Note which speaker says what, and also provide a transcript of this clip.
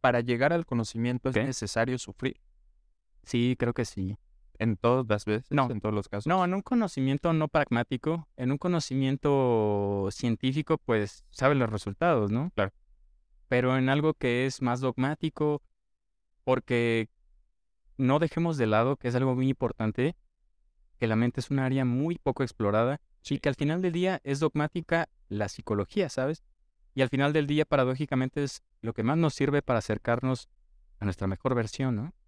Speaker 1: para llegar al conocimiento es
Speaker 2: ¿Qué?
Speaker 1: necesario sufrir
Speaker 2: Sí, creo que sí.
Speaker 1: en todas las veces,
Speaker 2: No.
Speaker 1: en todos los casos.
Speaker 2: No, en un conocimiento no pragmático, en un conocimiento científico, pues sabes los resultados, ¿no?
Speaker 1: Claro.
Speaker 2: Pero en algo que es más dogmático, porque no dejemos de lado, que es algo muy importante, que la mente es un área muy poco explorada y que al final del día es dogmática la psicología, ¿sabes? Y al final del día, paradójicamente, es lo que más nos sirve para acercarnos a nuestra mejor versión, ¿no?